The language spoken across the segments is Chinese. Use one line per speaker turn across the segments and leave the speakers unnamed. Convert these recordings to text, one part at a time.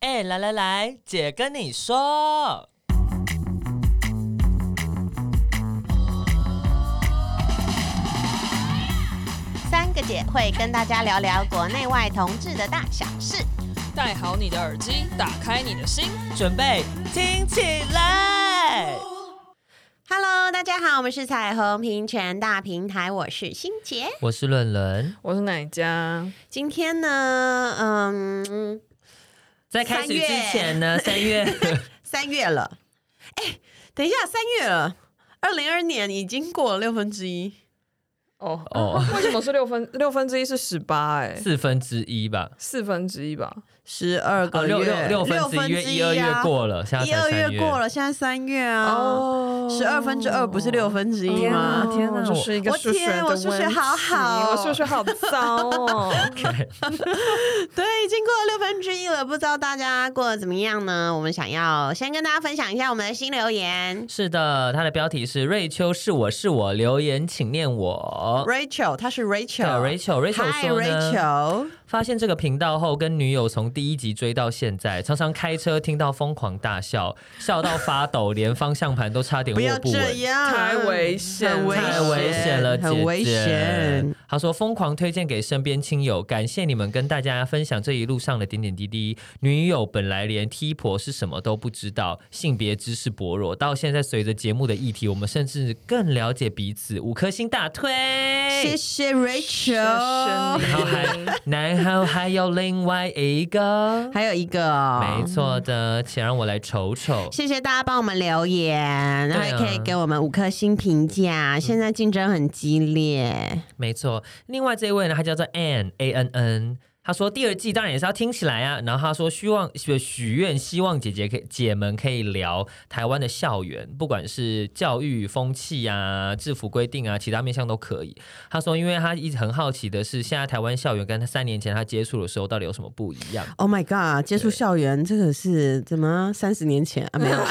哎、来来来，姐跟你说，
三个姐会跟大家聊聊国内外同志的大小事。
戴好你的耳机，打开你的心。
准备听起来。
Hello，大家好，我们是彩虹平权大平台，我是欣杰。
我是伦伦，
我是哪家？
今天呢，嗯，
在开始
三月
之前呢，三 月
三月了。哎，等一下，三月了，二零二年已经过了六分之一。
哦
哦
哦，为什么是六分？ 六分之一是十八，哎，
四分之一吧，
四分之一吧？
十二
哦
个月，
六六六分之一，因为一
啊
二月过了，现在
一
才
二
三
月过了，现在三月啊，
哦
十二分之二不是六分之一
天
吗
啊？
哦
天啊！我是一个
我
数学的
天我数学
问题
好好哦
我数学好糟 哦。
对，已经过了六分之一了，不知道大家过得怎么样呢？我们想要先跟大家分享一下我们的新留言。
是的，它的标题是“瑞秋是我是我”，留言请念我。
Rachel，她是
对
Rachel。
Rachel，Rachel
Hi
说呢，
Rachel，
发现这个频道后，跟女友从第一集追到现在，常常开车听到疯狂大笑，笑到发抖，连方向盘都差点
不要
握不
这
稳。
样，
太危险
很危
太危险了，姐姐
很危险。。
他说疯狂推荐给身边亲友，感谢你们跟大家分享这一路上的点点滴滴。女友本来连踢婆是什么都不知道，性别知识薄弱，到现在随着节目的议题，我们甚至更了解彼此。五颗星大推，
谢谢
谢
Rachel，
谢
然后还
你
然后还有另外一个，
还有一个哦，
没错的，请让我来瞅瞅。
谢谢大家帮我们留言，然后
对
也
啊嗯
可以给我们五颗星评价。现在竞争很激烈，
没错，另外这一位呢，他叫做 Ann A N N，他说第二季当然也是要听起来啊，然后他说希望许许愿，希望姐姐可以姐们可以聊台湾的校园，不管是教育风气啊、制服规定啊，其他面向都可以。他说，因为他一直很好奇的是，现在台湾校园跟他三年前他接触的时候到底有什么不一样？
Oh my god！接触校园这个是怎么？三十年前啊，没有 啦，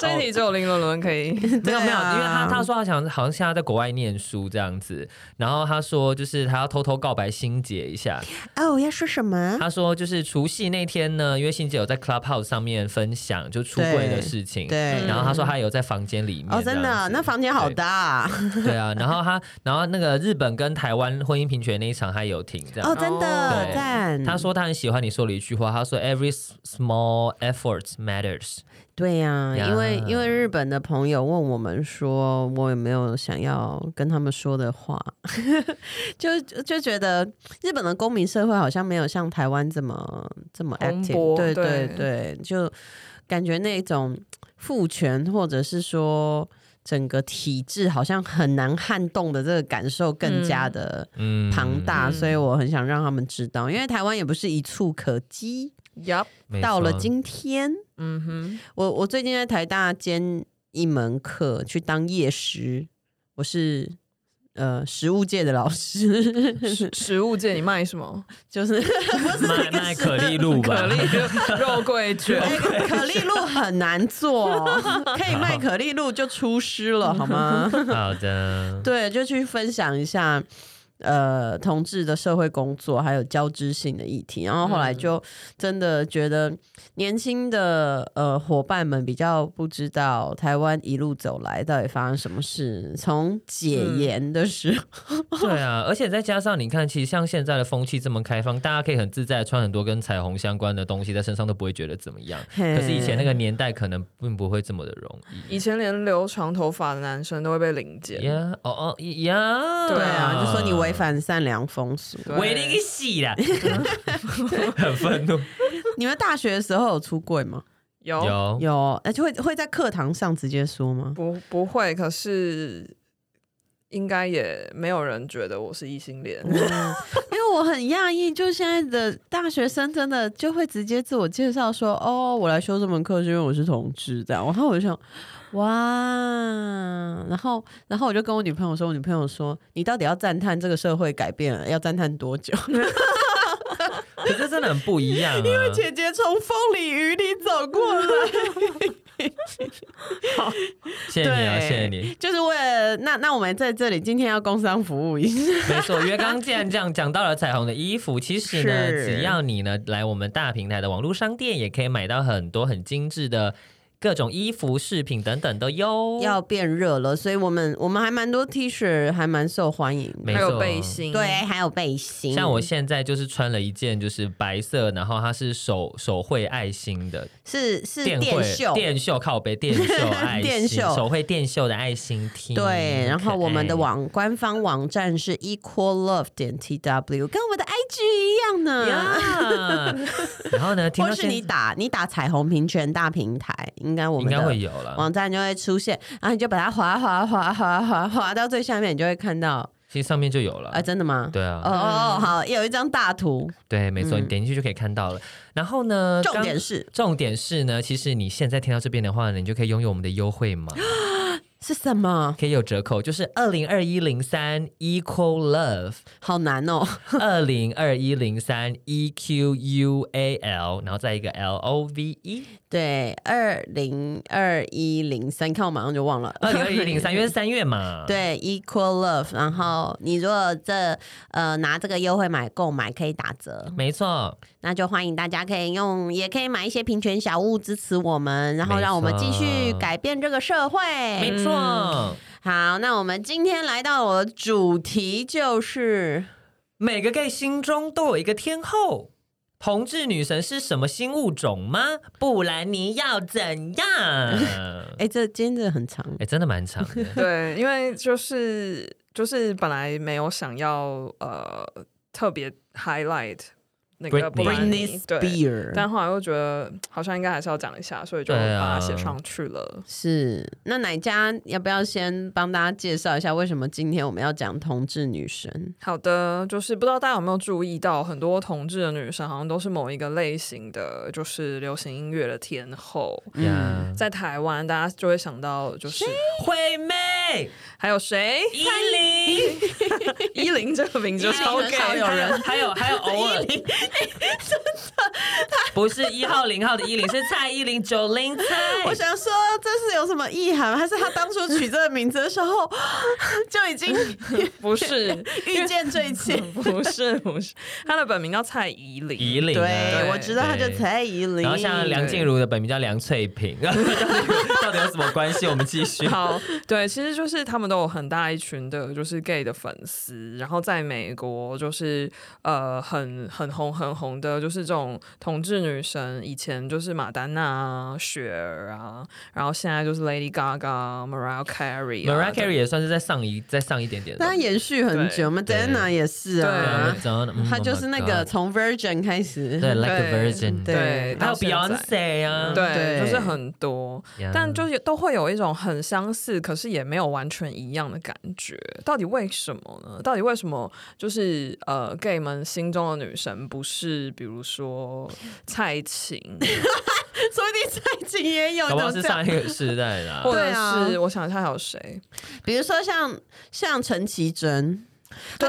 这一题只有林伦伦可 以。
没有没有，因为他
啊
他说他想好像现在在国外念书这样子，然后他说就是他要偷偷告白心姐一下，
哦，要说什么？
他说，就是除夕那天呢，因为欣姐有在 Clubhouse 上面分享就出柜的事情，
对，
然后他说他有在房间里面这
哦，
样子，
真的，那房间好大
对，对啊，然后他，然后那个日本跟台湾婚姻平权那一场他有听这样。
哦，真
哦
的啊
对
赞。
他说他很喜欢你说了一句话，他说 “Every small effort matters”。
对呀，
呀
因为因为日本的朋友问我们说，我有没有想要跟他们说的话， 就就觉得日本的公民社会好像没有像台湾这么这么
蓬
active，
勃
对对
对
对，就感觉那种父权或者是说。整个体制好像很难撼动的这个感受更加的
嗯，
庞大，
嗯
所以我很想让他们知道，因为台湾也不是一触可及。
Yup，
没错
到了今天，
嗯
我我最近在台大兼一门课，去当夜师，我是呃食物界的老师，
哼，食物界你卖什么？
就是
卖卖可丽露吧，
可丽露肉桂卷。
哎可丽露很难做，哦 可以卖可丽露就出师了好吗？
好的，
对，就去分享一下。呃，同志的社会工作还有交织性的议题，然后后来就真的觉得年轻的呃伙伴们比较不知道台湾一路走来到底发生什么事，从解严的时候，
对啊，而且再加上你看，其实像现在的风气这么开放，大家可以很自在地穿很多跟彩虹相关的东西在身上，都不会觉得怎么样。
嘿
可是以前那个年代可能并不会这么的容易。
以前连留长头发的男生都会被临检。
呀，哦哦呀，
对啊，就说你违反善良风俗。
对
违了一个戏啦， 很愤怒。
你们大学的时候有出柜吗？
有
有
有，那就会会在课堂上直接说吗？
不不会，可是应该也没有人觉得我是异性恋。
因为我很讶异，就现在的大学生真的就会直接自我介绍说：“哦，我来修这门课是因为我是同志。”这样，然后我就想，哇，然后然后我就跟我女朋友说，我女朋友说：“你到底要赞叹这个社会改变了，要赞叹多 久 ？”
可是真的很不一样啊。因为
姐姐从风里雨里走过来，
谢谢你啊，
对
谢谢你。
就是为了那那我们在这里今天要工商服务一下，
没错，因为刚刚既然这样讲到了彩虹的衣服，其实呢，
是
只要你呢来我们大平台的网络商店，也可以买到很多很精致的各种衣服、饰品等等的哟。
要变热了，所以我们我们还蛮多 T 恤，还蛮受欢迎。
没
还有
错
背心，
对，，还有背心，
像我现在就是穿了一件就是白色，然后它是 手手绘爱心的
是是
电
电
绘
绣，
电绣靠背电 绣爱心，
电绣
手绘电绣的爱心 T。
对，然后我们的
可爱
网官方网站是 equal love 点 tw，跟我们的 IG 一样呢。
呀，然后呢，听
嗯或
到
是
现
你打你打彩虹平权大平台，应该我
应
们
该会
的
有啊了。
网站就会出现，然后你就把它滑滑滑滑滑滑到最下面，你就会看到。
其实上面就有了。
啊，真的吗？
对
哦
啊，
哦，哦好，有一张大图，
对，没错，
嗯
你点进去就可以看到了。然后呢，
重
呃刚
点是
重点是呢，其实你现在听到这边的话呢，你就可以拥有我们的优惠码，
是什么？
可以有折扣，就是二零二一零三 Equal Love。
好难哦，
二零二一零三 E Q U A L，然后再一个 L O V E，
对，二零二一零三，看我马上就忘了，
二零二一零三，因为是三月嘛。。
对，Equal Love，然
嗯
后你如果这呃拿这个优惠买购买可以打折，
没错，
那就欢迎大家可以用，也可以买一些平权小物支持我们，然后让我们继续
没错
改变这个社
没
会。
错，
嗯好，那我们今天来到我的主题就是
每个 gay 心中都有一个天后。同志女神是什么新物种吗？布兰妮要怎样？
哎、这今天真的很长
哎、真的蛮长的。
对，因为就是就是本来没有想要呃特别 highlight 那个
Britney
布兰妮对，
Spear
但后来又觉得嗯好像应该还是要讲一下，所以就
对
把
啊
它写上去了。
是，那哪家要不要先帮大家介绍一下为什么今天我们要讲同志女神？
好的，就是不知道大家有没有注意到，很多同志的女生好像都是某一个类型的，就是流行音乐的天后。
嗯
呀
在台湾，大家就会想到就是
惠妹
还有 谁？
依林，
依林这个名字超
依林很少
gay，
有人哎
还有还有偶尔，真的不是一号零号的依林，是蔡依林九零蔡。
我想说，这是有什么意涵吗？还是他当初取这个名字的时候 就已经
不是，
遇见这一切？
不是，不是，她的本名叫蔡依林。
依林、啊，
对，我知道他就
对
蔡依林。
然后像梁静茹的本名叫梁翠萍，到底 到底有什么关系？我们继续。
好，对，其实就是他们都有很大一群的，就是 gay 的粉丝，然后在美国就是呃很很红很红的，就是这种同志女神，以前就是马丹娜啊、雪儿啊，然后现在就是 Lady Gaga、Mariah Carey
Mariah
啊、
Carey 也算是在上一再上一点点的。
但延续很久嘛
对嗯
，Dana 也是啊
对，
他就是那个从 Virgin 开始，
Oh 对，Like a
对
Virgin，
对
对，
还有
到现在
Beyonce 啊，
对，
对
就是很多，
呀
嗯
但就是都会有一种很相似，可是也没有完全一样的感觉。到底为什么呢？到底为什么就是呃，gay 们心中的女神不是比 如说蔡琴，
说不定蔡琴也有
搞不好
的
是
这样。
上一个世代 的啊
或。者
对啊
是我想一下还有谁？
比如说像像陈绮贞，
对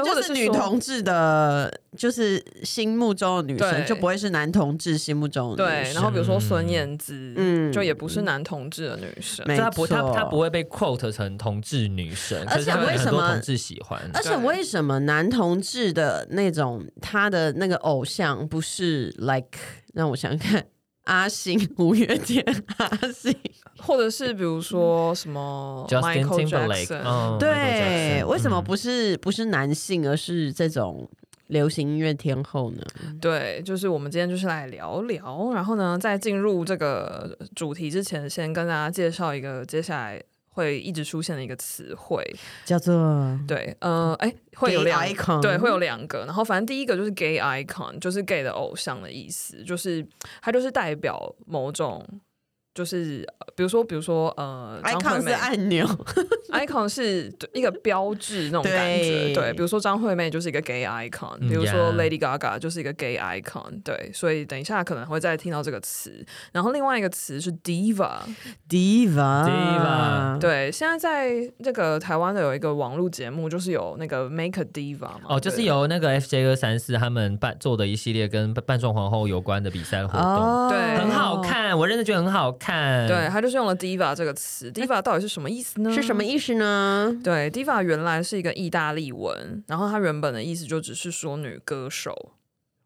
她就
或者
是
是
女
说
同志的，就是心目中的女神，
对
就不会是男同志心目中的女
对，
神。
然后比如说孙燕姿，
嗯
就也不是男同志的女神。
哎没
所以她不，她
错
她不会被 quote 成同志女神，
而且
可是她被
为什
很多
么
同志喜欢？
而且
对
为什么男同志的那种他的那个偶像不是 like 让我想想看阿信、五月天、阿信？
或者是比如说什么
Justin
Michael
Timberlake，
Jackson，
嗯，Michael
哦对，
Jackson，
为什么
嗯
不是不是男性，而是这种流行音乐天后呢？
对，就是我们今天就是来聊聊，然后呢，在进入这个主题之前，先跟大家介绍一个接下来会一直出现的一个词汇。
叫做
对，呃，哎，会有
Gay
两
icon
对，会有两个。然后反正第一个就是 gay icon，就是 gay 的偶像的意思，就是它就是代表某种。就是呃比如说，比如说，呃
icon 是
爱
按钮，
icon 是一个标志那种感觉，
对
对。比如说张惠妹就是一个 gay icon，
嗯
比如说
yeah
Lady Gaga 就是一个 gay icon，对。所以等一下可能会再听到这个词。然后另外一个词是 diva，
diva，
Diva
对。现在在这个台湾的有一个网络节目，就是有那个 Make a Diva 嘛，
哦，就是
对
由那个 FJ 二三四他们办做的一系列跟扮扮装皇后有关的比赛活动，
哦
对
很好，看，我真的觉得很好看。
对，他就是用了 diva 这个词，diva 到底是什么意思呢？
是什么意思呢？
对，diva 原来是一个意大利文，然后它原本的意思就只是说女歌手，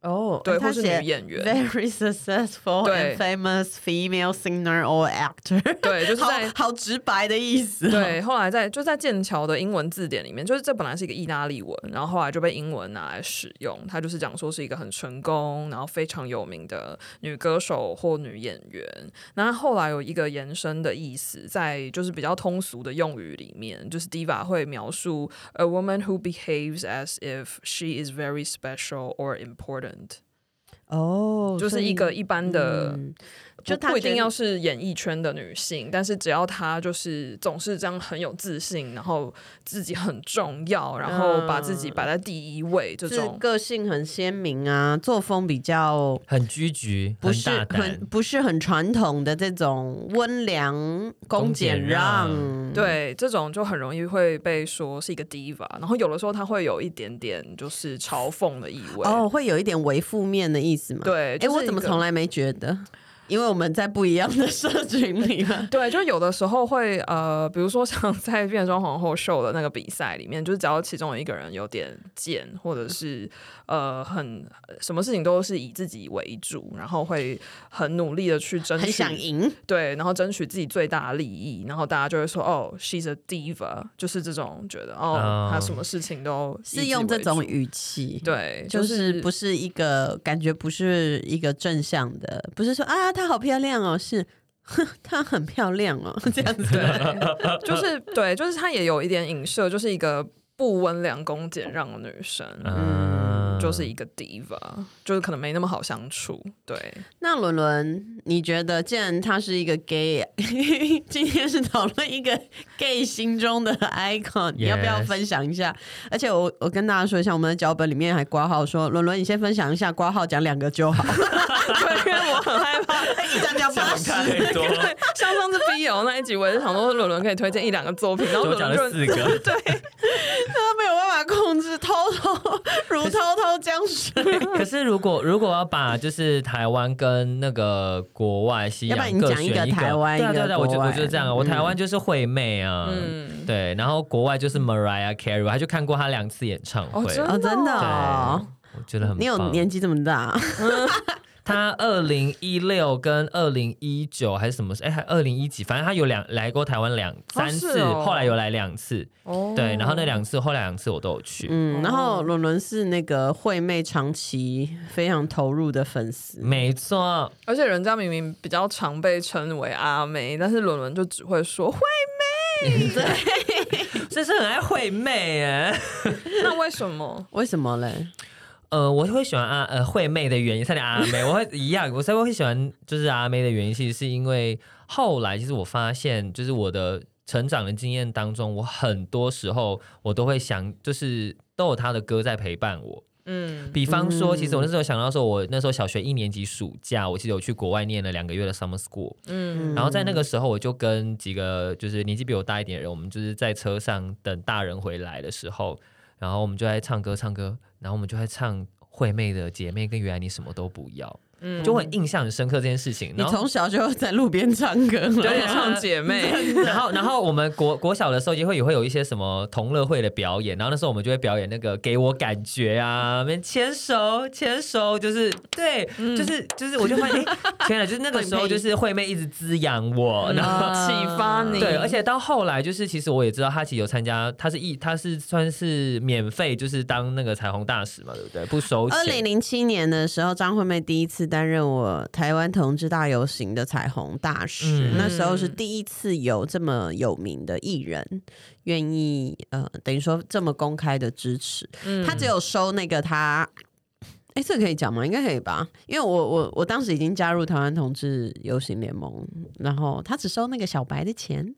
哦，
对，
他
或是
写
女演员，
very successful and
对
famous female singer or actor，
对，就是
好
在
好直白的意思哦。
对，后来在就在剑桥的英文字典里面，就是这本来是一个意大利文，然后后来就被英文拿来使用。它就是讲说是一个很成功，然后非常有名的女歌手或女演员。那后来有一个延伸的意思，在就是比较通俗的用语里面，就是 diva 会描述 a woman who behaves as if she is very special or important，
哦，
就是
所以
一个一般的。
嗯就
不
她
不一
觉
定
得
要是演艺圈的女性，但是只要她就是总是这样很有自信，然后自己很重要，然后把自己摆在第一位，
嗯
这
是
种
个性很鲜明啊，作风比较
很拘局，
不
很
是
大
很
胆，
不是很传统的这种温良
恭
恭
俭
俭
让
让，
对这种就很容易会被说是一个 diva，然后有的时候她会有一点点就是嘲讽的意味。
哦，会有一点为负面的意思嘛？，
对，
哎、
就是
我怎么
一个。
从来没觉得？因为我们在不一样的社群里嘛
对，就有的时候会呃，比如说像在变装皇后秀的那个比赛里面，就是只要其中有一个人有点贱，或者是呃很什么事情都是以自己为主，然后会很努力的去争
很想
取，
赢，
对，然后争取自己最大的利益，然后大家就会说哦，she's a diva，就是这种觉得哦
哦，
她什么事情都以自
是用
为
这种
主。
语气，，
对，
就
就是
是不是一个感觉，不是一个正向的，不是说啊，她好漂亮哦，是哼，她很漂亮哦，这样 子吗，
对，就是对，就是她也有一点影射，就是一个不温良恭俭让的女生。
嗯，
就是一个 diva，就是可能没那么好相处。对，
那伦伦，你觉得既然他是一个 gay，今 天是讨论一个 gay 心中的 icon，你要不要
Yes
分享一下？而且我我跟大家说一下，我们的脚本里面还挂号说，伦伦你先分享一下，挂号讲两个就 好，
对，因为我很害怕。
一张叫八
讲
十。
太多，
像上次 B 友那一集，我也是想说伦伦可以推荐一两个作品，然后
多
伦
讲
伦
了
就
四个，
他没有办法控制，偷偷如滔滔江水，
可是如果如果要把就是台湾跟那个国外西洋
要不然你
各
讲一
选
个
一
台湾
对啊
一
对
个
啊对啊，我就
国
我
外
就这样啊，我
嗯
台湾就是惠妹啊，
嗯，
对，然后国外就是 Mariah Carey，我还去看过她两次演唱会，
哦真
对，
哦，真的哦。
我觉得很棒。
你有年纪这么大，
他二零一六跟二零一九还是什么时候？哎，还二零一几？反正他有两来过台湾两三次，
是哦
后来有来两次。
哦
对，然后那两次后来两次我都有去。
嗯，然
哦
后伦伦是那个惠妹长期非常投入的粉丝，
没错，
而且人家明明比较常被称为阿妹，但是伦伦就只会说会。
这是很爱惠妹哎。
那为什么？
为什么嘞？
呃，我会喜欢阿呃惠妹的原因，差点阿妹，我会一样，我稍微会喜欢就是阿妹的原因，其实是因为后来其实我发现，就是我的成长的经验当中，我很多时候我都会想，就是都有她的歌在陪伴我。
嗯，
比方说，
嗯
其实我那时候想到说，我那时候小学一年级暑假，我其实有去国外念了两个月的 summer school，
嗯
然后在那个时候，我就跟几个就是年纪比我大一点的人，我们就是在车上等大人回来的时候，然后我们就在唱歌唱歌，然后我们就在唱惠妹的姐妹跟原来你什么都不要，
嗯
就我很印象很深刻这件事情。
你
然后
从小就在路边唱歌
就
了，
是唱 姐妹，
然后，然后我们国国小的时候也会也会有一些什么同乐会的表演，然后那时候我们就会表演那个给我感觉啊，那边牵手牵手，就是对，
嗯
就是就是，我就发现，哎， 天哪，就是那个时候就是惠妹一直滋养我，然后。
后
启发你，
对，而且到后来就是，其实我也知道他其实有参加，他是一他是算是免费，就是当那个彩虹大使嘛，对不对？不收
二零
钱。
零七年的时候，张惠妹第一次担任我台湾同志大游行的彩虹大使，
嗯
那时候是第一次有这么有名的艺人愿意呃，等于说这么公开的支持。
嗯
他只有收那个他，哎、这个可以讲吗？应该可以吧？因为我我我当时已经加入台湾同志游行联盟，然后他只收那个小白的钱。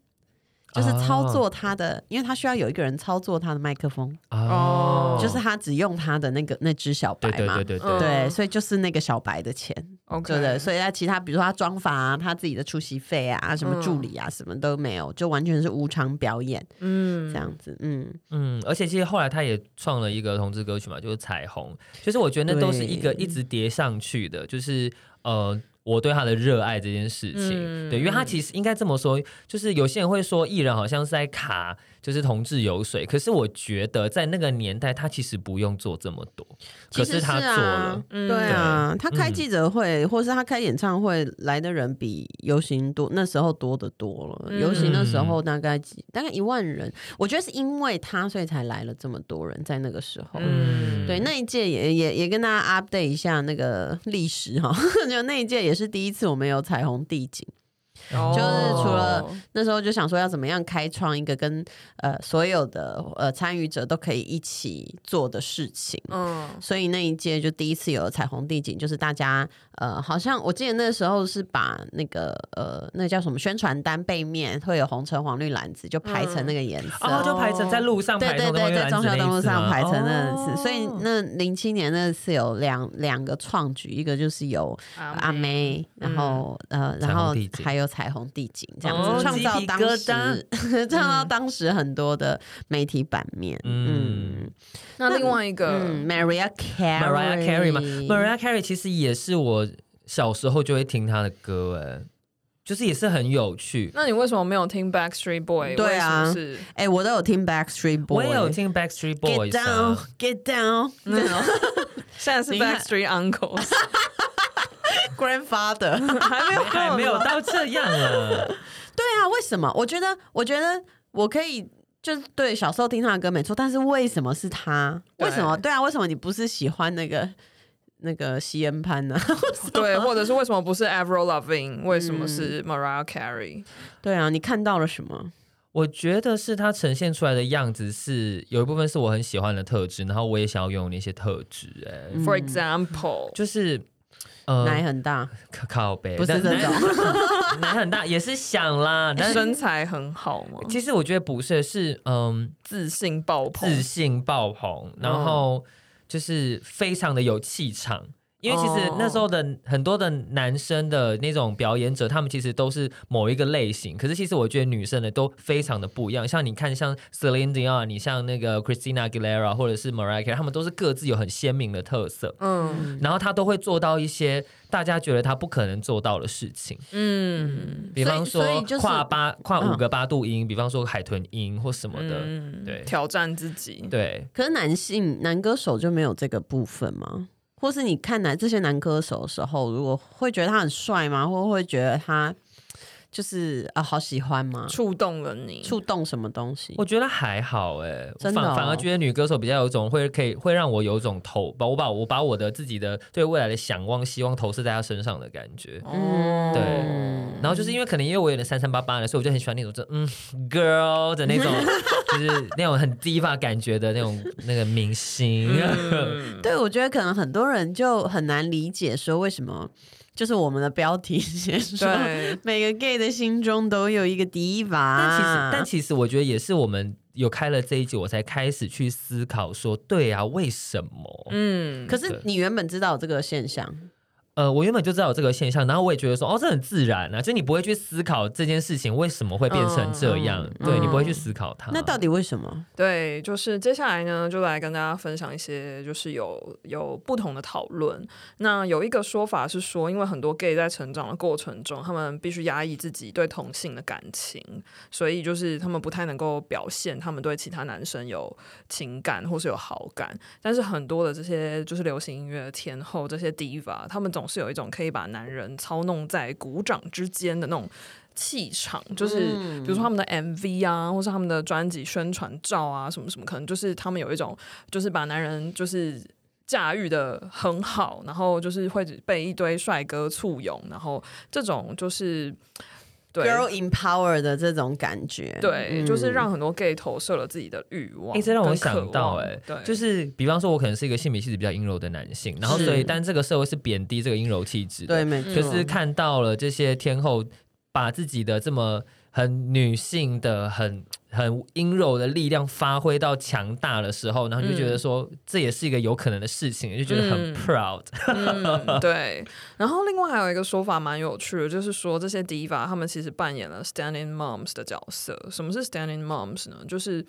就是操作他的，因为他需要有一个人操作他的麦克风，
哦，
就是他只用他的那个那只小白
对
嘛，
对对对对，哦
对，
嗯
所以就是那个小白的钱，
OK，
对不对？所以他其他，比如说他妆发啊，他自己的出席费啊，什么助理啊，什么都没有，就完全是无偿表演
嗯
这样子。嗯，
嗯，而且其实后来他也创了一个同志歌曲嘛，就是《彩虹》。就是我觉得那都是一个
对
一直叠上去的，就是呃，我对他的热爱这件事情。
嗯
对，因为他
嗯
其实应该这么说，就是有些人会说艺人好像是在卡就是同志游水，可是我觉得在那个年代，他其实不用做这么多，可
其实
他
是啊
做了。
嗯
对啊，他开
嗯
记者会、或是他开演唱会来的人比游行多，那时候多得多了。
嗯
游行那时候大概几，大概一万人，我觉得是因为他，所以才来了这么多人，在那个时候。
嗯
对，那一届也也也跟大家 update 一下那个历史哈， 就那一届也是第一次我们有彩虹地景，
哦
就是除了那时候就想说要怎么样开创一个跟呃所有的呃参与者都可以一起做的事情。
嗯
所以那一届就第一次有彩虹地景，就是大家呃，好像我记得那时候是把那个呃，那叫什么宣传单背面会有红橙黄绿蓝紫，就排成那个颜色。
哦，就排成在路上
对
排
对
成
对，在中
学
山东路上排成那
次
次，
吗，
所以
哦
那零七年那次有两两个创举，一个就是有阿妹，然后呃，然
彩虹
后
地景
还有彩虹地景这样
嗯哦
子，创
鸡
造
皮
当
疙
时 创造当时很多的媒体版面，
嗯
嗯
那另外一个
嗯，Maria
Mariah
Carey，Mariah
Carey 嘛，Mariah Carey 其实也是我小时候就会听她的歌，哎，就是也是很有趣。
那你为什么没有听 Backstreet Boy？
对啊
为什么是
哎，我都有听 Backstreet
我
Boy，
也有听 Backstreet
Get
Boys，啊
Down，Get Down，
现在是
你看
Backstreet Uncles，
Grandfather。
还没有
还没有到这样啊。
对啊，为什么？我觉得，我觉得我可以，就是对小时候听他的歌没错，但是为什么是他？
对
为什么？对啊，为什么你不是喜欢那个那个西恩潘呢、
对，或者是为什么不是 Avril Lavigne？为什么是 Mariah Carey？
对啊，你看到了什么？
我觉得是他呈现出来的样子是有一部分是我很喜欢的特质，然后我也想要拥有那些特质、哎、
For example，
就是呃，
奶很大，
靠靠背，
不是这
但
种。
奶奶很大，也是想啦，但是
身材很好嘛，
其实我觉得不是，是嗯，
自信爆棚，
自信爆棚，然
嗯
后就是非常的有气场。因为其实
哦
那时候的很多的男生的那种表演者，他们其实都是某一个类型，可是其实我觉得女生的都非常的不一样。像你看，像 Celine Dion，你啊像那个 Christina Aguilera 或者是 Mariah Carey，他们都是各自有很鲜明的特色，
嗯
然后他都会做到一些大家觉得他不可能做到的事情。
嗯
比方
所以
说
就是
跨八跨
嗯
五个八度音，比方说海豚音或什么的，
嗯
对
挑战自己，
对，
可是男性男歌手就没有这个部分吗？或是你看男这些男歌手的时候，如果会觉得他很帅吗？或会觉得他就是啊、好喜欢吗？
触动了你，
触动什么东西？
我觉得还好哎、
真
反
的哦
反而觉得女歌手比较有一种会可以会让我有一种投把我把我把我的自己的对未来的想望希望投射在她身上的感觉。
哦
对然后就是因为可能因为我有点三三八八的，所以我就很喜欢那种就嗯 girl 的那 种，就是那种很 diva 感觉的那种那个明星。
嗯
对，我觉得可能很多人就很难理解，说为什么就是我们的标题写 说
对，
每个 gay 的心中都有一个 diva，
但其实，
啊
但其实我觉得也是我们有开了这一集，我才开始去思考说，对啊，为什么？
嗯，
可是你原本知道有这个现象，
呃，我原本就知道有这个现象，然后我也觉得说，哦，这很自然啊，就你不会去思考这件事情为什么会变成这样，
嗯
嗯
对
嗯
你不会去思考它。
那到底为什么？
对，就是接下来呢，就来跟大家分享一些，就是有有不同的讨论。那有一个说法是说，因为很多 gay 在成长的过程中，他们必须压抑自己对同性的感情，所以就是他们不太能够表现他们对其他男生有情感或是有好感。但是很多的这些就是流行音乐天后这些 diva，他们总是有一种可以把男人操弄在鼓掌之间的那种气场，就是比如说他们的 MV 啊，或是他们的专辑宣传照啊，什么什么，可能就是他们有一种就是把男人就是。驾驭的很好，然后就是会被一堆帅哥簇拥，然后这种就是对
girl empower 的这种感觉，
对，
嗯
就是让很多 gay 投射了自己的欲望。
哎，这让我想到、
哎，
哎
对，，
就是比方说，我可能是一个性别气质比较阴柔的男性，然后所
是
以，但这个社会是贬低这个阴柔气质的
对，，没错，
嗯
可是看到了这些天后把自己的这么很女性的、很很阴柔的力量发挥到强大的时候，然后你就觉
嗯
得说、这也是一个有可能的事情，就觉得很
嗯
proud。
嗯，对。然后另外还有一个说法蛮有趣的，就是说这些 diva 他们其实扮演了 standing moms 的角色。什么是 standing moms 呢？就是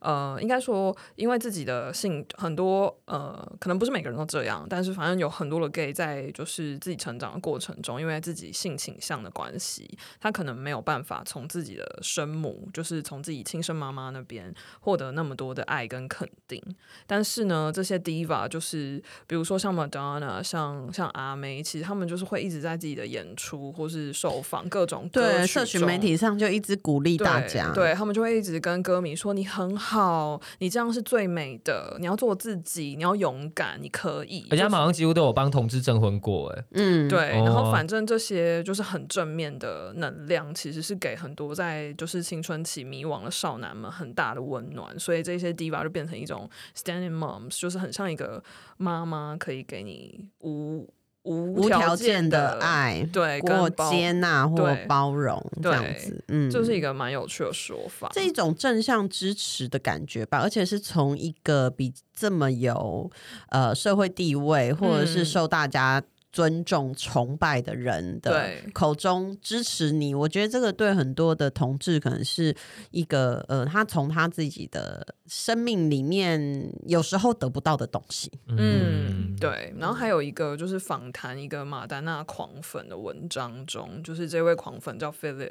呃，应该说因为自己的性很多呃，可能不是每个人都这样，但是反正有很多的 gay 在就是自己成长的过程中，因为自己性倾向的关系，他可能没有办法从自己的生母，就是从自己亲生妈妈那边获得那么多的爱跟肯定。但是呢，这些 diva 就是比如说像 Madonna、像像阿妹，其实他们就是会一直在自己的演出或是受访各种歌
对，
曲
社群
中
媒体上就一直鼓励大
对
家，
对他们就会一直跟歌迷说：“你很好，你这样是最美的，你要做自己，你要勇敢，你可以。”
而且他们
嘛，
好像几乎都有帮同志证婚过，哎，
嗯，
对，然
哦
后反正这些就是很正面的能量，其实是给很多在就是青春期迷惘的少男们很大的温暖，所以这些 diva 就变成一种 standing moms，就是很像一个妈妈可以给你无无
无条
条
件的
的，
爱
对，
或
跟包
接纳或
对
包容这样
对
子，嗯，
这是一个蛮有趣的说法。
这一种正向支持的感觉吧，而且是从一个比这么有呃社会地位，或者是
嗯
受大家尊重、崇拜的人的
对
口中支持你，我觉得这个对很多的同志可能是一个呃，他从他自己的生命里面有时候得不到的东西。
嗯，，对。然后还有一个就是访谈一个马丹娜狂粉的文章中，就是这位狂粉叫 Philip，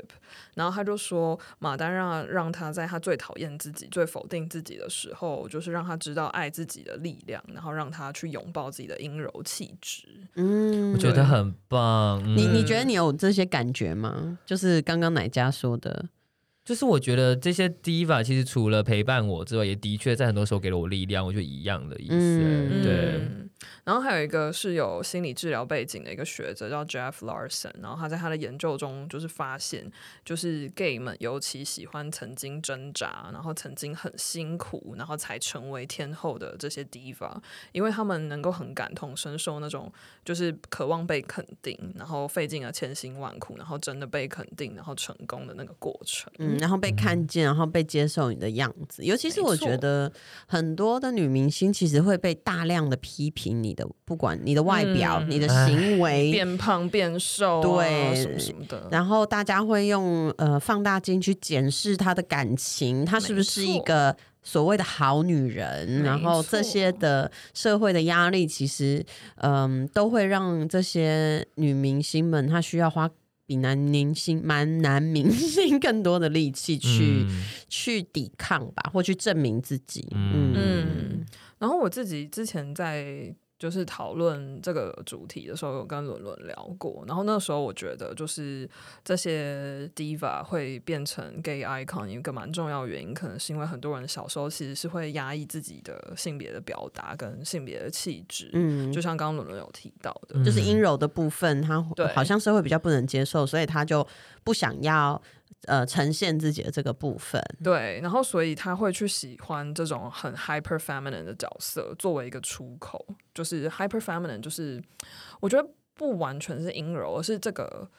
然后他就说马丹娜让他在他最讨厌自己、最否定自己的时候，就是让他知道爱自己的力量，然后让他去拥抱自己的阴柔气质。
嗯，
我觉得很棒。嗯
你你觉得你有这些感觉吗？就是刚刚奶家说的，
就是我觉得这些 diva 其实除了陪伴我之外，也的确在很多时候给了我力量，我觉得一样的意思。
嗯
对，
嗯然后还有一个是有心理治疗背景的一个学者叫 Jeff Larson，然后他在他的研究中就是发现，就是 gay 们尤其喜欢曾经挣扎，然后曾经很辛苦，然后才成为天后的这些 diva，因为他们能够很感同身受那种就是渴望被肯定，然后费尽了千辛万苦，然后真的被肯定，然后成功的那个过程。
嗯，然后被看见，然后被接受你的样子。尤其是
没
我
错
觉得很多的女明星其实会被大量的批评你的，不管你的外表、
嗯
你的
唉
行为，
变胖变瘦、啊，
对
什么什么的，
然后大家会用呃放大镜去检视她的感情，她是不
没
是一
错
个所谓的好女人？然
没
后这些
错
的社会的压力，其实嗯、都会让这些女明星们她需要花。比男明星、蛮男明星更多的力气去、
嗯
去抵抗吧，或去证明自己。
嗯
嗯
嗯，然后我自己之前在就是讨论这个主题的时候，有跟伦伦聊过。然后那时候我觉得，就是这些 diva 会变成 gay icon 一个蛮重要的原因，可能是因为很多人小时候其实是会压抑自己的性别的表达跟性别的气质，
嗯，
就像刚刚伦伦有提到的，
嗯
就是阴柔的部分，他
对
好像社会比较不能接受，所以他就不想要呃呈现自己的这个部分。
对，然后所以他会去喜欢这种很 hyper feminine 的角色作为一个出口，就是 hyper feminine，就是我觉得不完全是阴柔，而是这个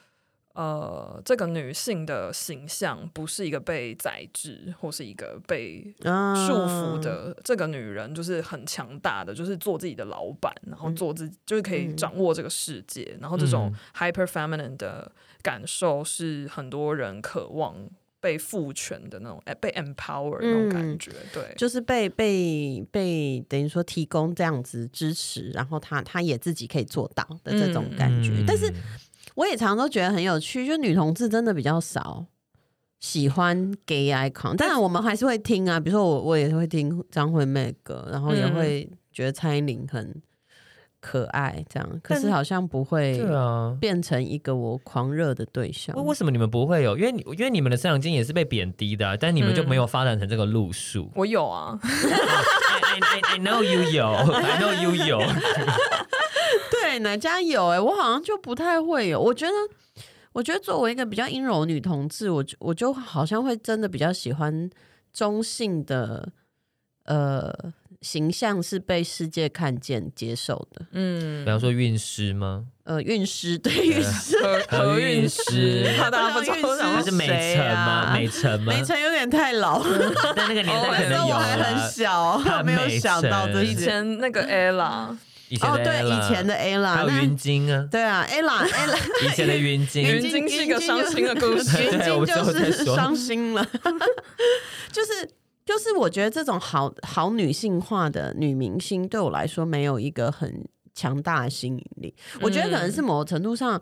呃这个女性的形象不是一个被宰制或是一个被
啊
束缚，的、这个女人，就是很强大的，就是做自己的老板，然后做自己、就是可以掌握这个世界，然后这种 hyper feminine 的感受是很多人渴望被赋权的那种，哎，被 empower 那种感觉，对，
就是被被被等于说提供这样子支持，然后他他也自己可以做到的这种感觉。
嗯
但是我也常常都觉得很有趣，就女同志真的比较少喜欢 gay icon，但我们还是会听啊，比如说我我也会听张惠妹的歌，然后也
嗯
会觉得蔡依林很可爱这样，可是
但
好像不会
对啊。
变成一个我狂热的对象
为。为什么你们不会有？因为你因为你们的生长经也是被贬低的啊、但你们就没有发展成这个路数。
嗯
我有啊，
I, I, I know you 有，I know you 有。
对，哪家有哎、我好像就不太会有，我觉得。我觉得作为一个比较阴柔女同志，我就我就好像会真的比较喜欢中性的呃形象是被世界看见、接受的。
嗯，
比方说运尸吗？
呃，运尸对运尸，
何何韵
韵诗
诗，怕大家不知道
哦
我想
那
说
是美
谁
城吗？
啊
美城吗？
梅城有点太老了，
但那个年代可
那时
能
候
有啊
哦我还很
了。
小
看，
没有
美
想到
城
这
以
以
些。
前那个 ella
以前
哦，
的
对，以前的
Ella，还
Ella，
有
那
云鲸啊，
对啊，Ella，Ella，
以前的云 鲸，
云鲸是一个伤心的故事
云
对我知
鲸
道
就
我在
是
说
伤心 了，就是就是，我觉得这种好好女性化的女明星，对我来说没有一个很强大的吸引力。我觉得可能
嗯
是某种程度上，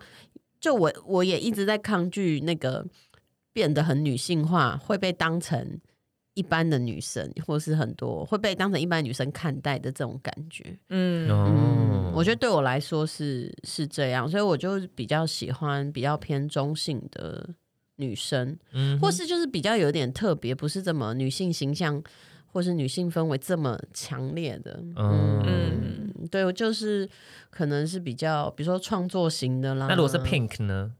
就我我也一直在抗拒那个变得很女性化，会被当成一般的女生，或是很多会被当成一般女生看待的这种感觉。
嗯
哦
嗯，，我觉得对我来说是是这样，所以我就比较喜欢比较偏中性的女生，
得
或是就是比较有点特别，不是这么女性形象或是女性氛围这么强烈的。
嗯
嗯，对，我就是可能是比较，比如说创作型的啦。
那如果是 Pink 呢？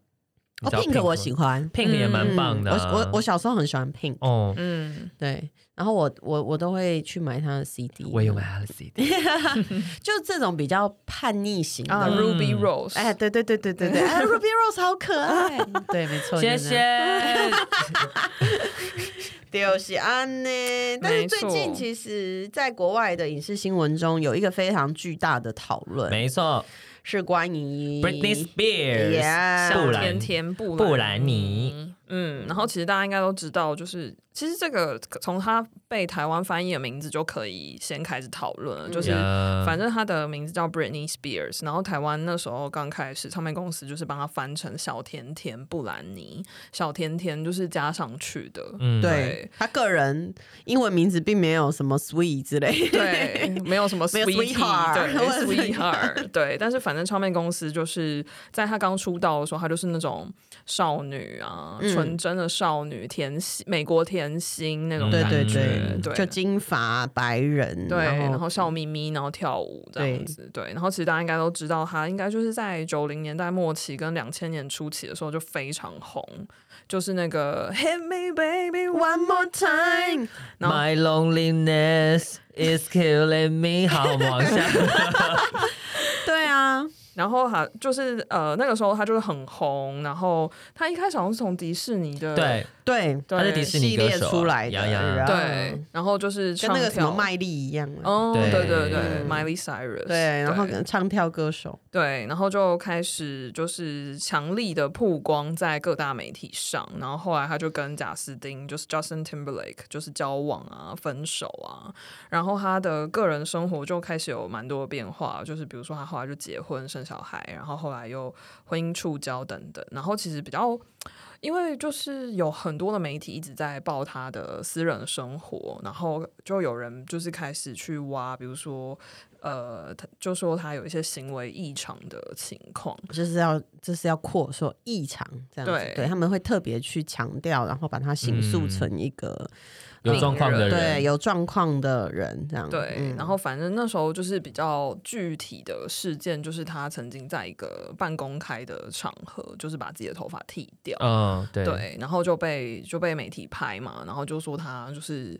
你
哦
知道
，Pink
吗
我喜欢。
，Pink 也蛮
嗯
棒的啊。
我我我小时候很喜欢 Pink，
哦，
嗯，
对，然后我我我都会去买他的 CD，
我有买，他的 CD，
就这种比较叛逆型的
啊
嗯
，Ruby Rose，
哎，对对对对 对对，哎，Ruby Rose 好可爱，对，没错，
谢
就是这样，
谢。
就是安呢。但是最
没错
近其实，在国外的影视新闻中，有一个非常巨大的讨论，
没错
是关于
，Britney Spears，
Yeah
布
小
兰
甜甜布
布兰妮，
嗯，然后其实大家应该都知道，就是其实这个从他被台湾翻译的名字就可以先开始讨论
嗯
了，就是
呀
反正他的名字叫 Britney Spears，然后台湾那时候刚开始，唱片公司就是帮他翻成小甜甜布兰妮，小甜甜就是加上去的，
嗯
对
对
他个人英文名字并没有什么 Sweet 之 类，
对，没有什么
没有
sweetie，
sweetheart，
对
或者是
sweetheart，对，但是反正唱片公司就是在她刚出道的时候，她就是那种少女啊，
嗯
纯真的少女，甜心，美国甜心那种
对
感觉，
对
嗯
对，
对
就金发白人，
对，然
然
后笑眯眯，然后跳舞这样子，对，然后其实大家应该都知道，她应该就是在九零年代末期跟两千年初期的时候就非常红，就是那个 Hit Me Baby
One more time，
然后
My loneliness is killing me。好，我们往下。
对啊，
然后他就是呃那个时候他就是很红，然后他一开始好像是从迪士尼的
对，
对，
对
他是迪士尼
系
歌
列
手啊
出来
呀
的，
呀
然后
对，然后就是
跟
唱
那个什么
跳
麦莉一样啊，
哦
对
对对对
嗯
，Miley Cyrus
对，然后
对
唱跳歌手，
对，然后就开始就是强力的曝光在各大媒体上，然后后来他就跟贾斯汀就是 Justin Timberlake 就是交往啊、分手啊，然后他的个人生活就开始有蛮多的变化，就是比如说他后来就结婚生小孩，然后后来又婚姻触礁等等，然后其实比较。因为就是有很多的媒体一直在报他的私人生活，然后就有人就是开始去挖，比如说呃，他就说他有一些行为异常的情况。
就是要就是要扩说异常这样子，对
对
他们会特别去强调，然后把它形塑成一个、
嗯有状况的
对
人，
有状况的人这样，
对，
嗯
然后反正那时候就是比较具体的事件，就是他曾经在一个半公开的场合，就是把自己的头发剃掉，
嗯，对，
对，然后就被就被媒体拍嘛，然后就说他就是。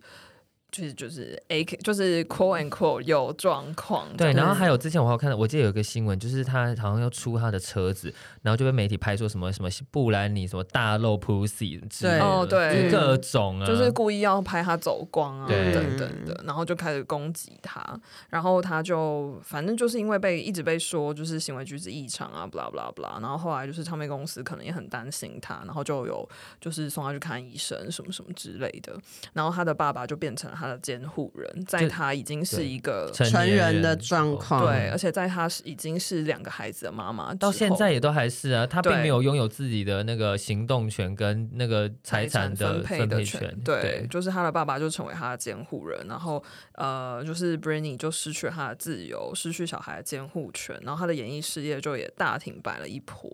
就是就是 A K 就是 quote and quote 有状况这
对，
样，
然后还有之前我还有看到，我记得有一个新闻，就是他好像要出他的车子，然后就被媒体拍说什么什么布兰妮什么大露 pussy 之类的，
哦对
就是各种啊，
就是故意要拍他走光啊，
对
等等
嗯
的，然后就开始攻击他，然后他就反正就是因为被一直被说就是行为举止异常啊，blah blah blah，然后后来就是唱片公司可能也很担心他，然后就有就是送他去看医生什么什么之类的，然后他的爸爸就变成他的监护人，在
就
他已经是一个
成
年哦
人的
之
状
后
况，
对，而且在他是已经是两个孩子的妈妈之后，
到现在也都还是啊，他并
对
没有拥有自己的那个行动权跟那个财产
分
的
配
配
权，对，
对，
就是他的爸爸就成为他的监护人，然后呃，就是 Britney 就失去了他的自由，失去小孩的监护权，然后他的演艺事业就也大停摆了一波。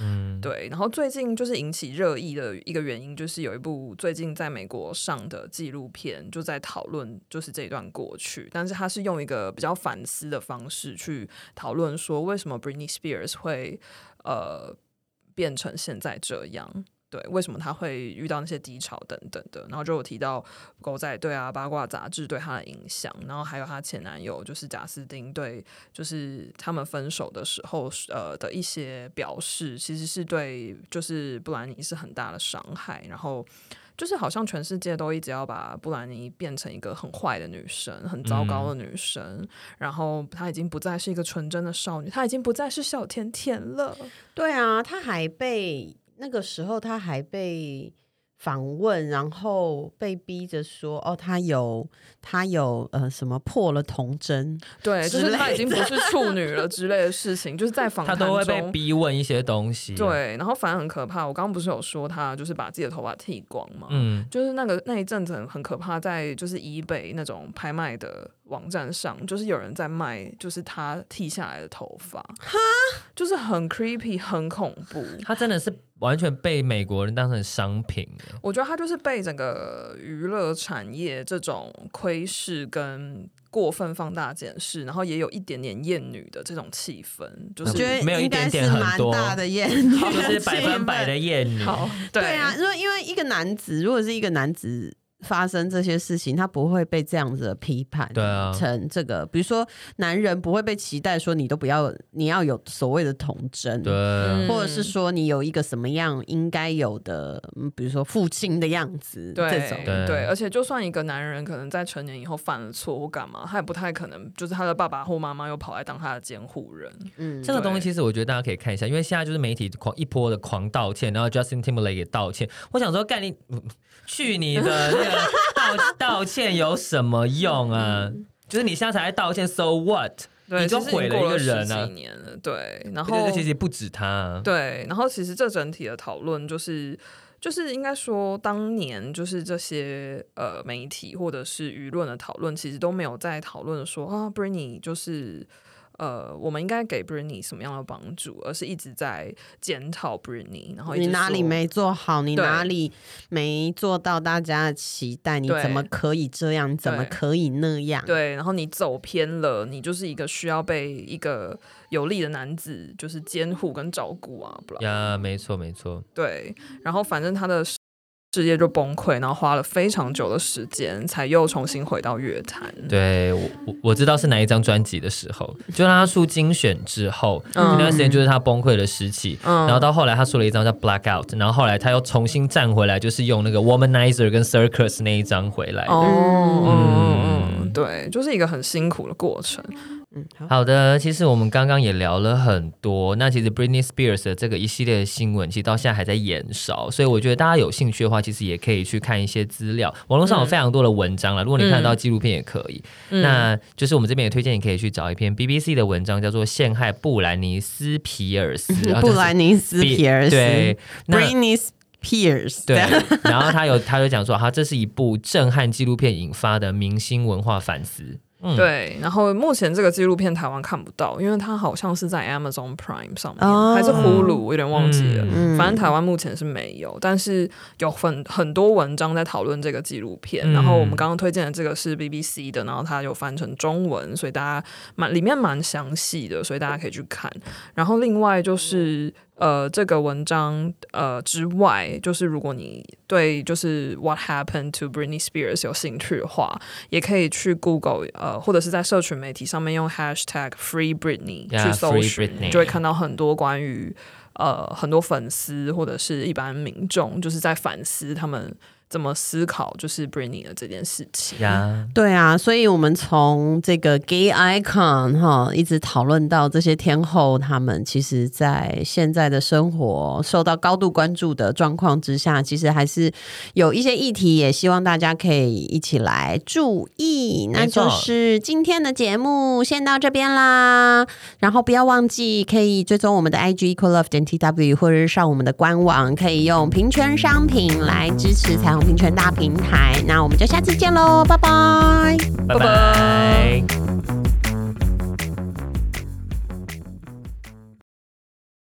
嗯，
对，然后最近就是引起热议的一个原因，就是有一部最近在美国上的纪录片，就在讨论就是这一段过去，但是他是用一个比较反思的方式去讨论说，为什么 Britney Spears 会呃变成现在这样。对，为什么他会遇到那些低潮等等的，然后就有提到狗仔队啊、八卦杂志对他的影响，然后还有她前男友就是贾斯汀对，就是他们分手的时候呃的一些表示，其实是对就是布兰妮是很大的伤害，然后就是好像全世界都一直要把布兰妮变成一个很坏的女生、很糟糕的女生，然后她已经不再是一个纯真的少女，她已经不再是小甜甜了，
对啊，他还被那个时候他还被访问，然后被逼着说哦，他有他有呃什么破了童真，
对，就
之
是
类
她已经不是处女了之类的事情，就是在访
他
谈
都会被
中。
逼问一些东西。，啊
对，然后反而很可怕。我刚刚不是有说她就是把自己的头发剃光吗？
嗯，
就是那个那一阵子很很可怕，在就是以北那种拍卖的网站上，就是有人在卖，就是她剃下来的头发，哈，就是很 creepy，很恐怖。
他真的是完全被美国人当成商品耶
我觉得他就是被整个娱乐产业这种窥视跟过分放大检视，然后也有一点点厌女的这种气氛，就
我
觉
是
得
嗯没有一
应该
点点
是
很
蛮
多
大的 厌女的
就是百
气
分百
氛
的厌女。
好对
对啊，因为因为一个男子，如果是一个男子发生这些事情，他不会被这样子的批判，
对啊
成这个，比如说男人不会被期待说你都不要，你要有所谓的童真，
对，啊
嗯
或者是说你有一个什么样应该有的，嗯比如说父亲的样子，
对
这种。
对
对，而且就算一个男人可能在成年以后犯了错或干嘛，他也不太可能就是他的爸爸或妈妈又跑来当他的监护人。
嗯，
这个东西其实我觉得大家可以看一下，因为现在就是媒体狂一波的狂道歉，然后 Justin Timberlake 也道歉。我想说，干你，嗯去你的那个道 道歉有什么用啊？
嗯
就是你现在才道歉，so what？
对，
你就
其实已经
毁了
过
一
了
个人啊
十几年了，对，然
我觉
后
得其实不止他啊，
对，然后其实这整体的讨论就是。就是应该说，当年就是这些呃媒体或者是舆论的讨论，其实都没有在讨论说啊，Britney 就是呃，我们应该给 Britney 什么样的帮助，而是一直在检讨 Britney，然后一
你
直
哪里
说
没做好，你
对
哪里没做到大家的期待，你
对
怎么可以这样？你怎么
对
可以那样？
对，然后你走偏了，你就是一个需要被一个有力的男子就是监护跟照顾啊，不然
呀，没错没错，
对，然后反正他的事业就崩溃，然后花了非常久的时间才又重新回到乐坛。
对我我我知道是哪一张专辑的时候，就他出精选之后，那段时间就是他崩溃的时期。
嗯
然后到后来，他出了一张叫《Blackout》，然后后来他又重新站回来，就是用那个《Womanizer》跟《Circus》那一张回来。
哦，嗯嗯
嗯
嗯，对，就是一个很辛苦的过程。
嗯， 好，
好的，其实我们刚刚也聊了很多。那其实 Britney Spears 的这个一系列的新闻，其实到现在还在延烧，所以我觉得大家有兴趣的话，其实也可以去看一些资料。网络上有非常多的文
嗯
章了，如果你看得到纪录片也可以。
嗯
那就是我们这边也推荐你可以去找一篇 BBC 的文章，叫做《陷害布兰妮斯皮尔 斯》啊，
布兰妮斯
就是
皮尔斯，
对，那
Britney Spears，
对， 然后他有他就讲说，哈，这是一部震撼纪录片引发的明星文化反思。嗯，
对，然后目前这个纪录片台湾看不到，因为它好像是在 Amazon Prime 上面，
哦
还是呼噜，我有点忘记了。
嗯
嗯
反正台湾目前是没有，但是有很很多文章在讨论这个纪录片。
嗯
然后我们刚刚推荐的这个是 BBC 的，然后它有翻成中文，所以大家蛮里面蛮详细的，所以大家可以去看。然后另外就是呃，这个文章呃之外，就是如果你对就是 What Happened to Britney Spears 有兴趣的话，也可以去 Google 呃，或者是在社群媒体上面用 Hashtag Free Britney
Yeah，
去搜
Free
寻
Britney
就会看到很多关于呃很多粉丝或者是一般民众就是在反思他们怎么思考就是 Britney 的这件事情。
呀，
对啊，所以我们从这个 gay icon 哈，一直讨论到这些天后，他们其实在现在的生活受到高度关注的状况之下，其实还是有一些议题，也希望大家可以一起来注意。那
没错
就是今天的节目先到这边啦，然后不要忘记可以追踪我们的 IG equal love 点 tw，或者是上我们的官网，可以用平权商品来支持彩虹平权大平台。那我们就下次见喽，拜拜。
拜拜。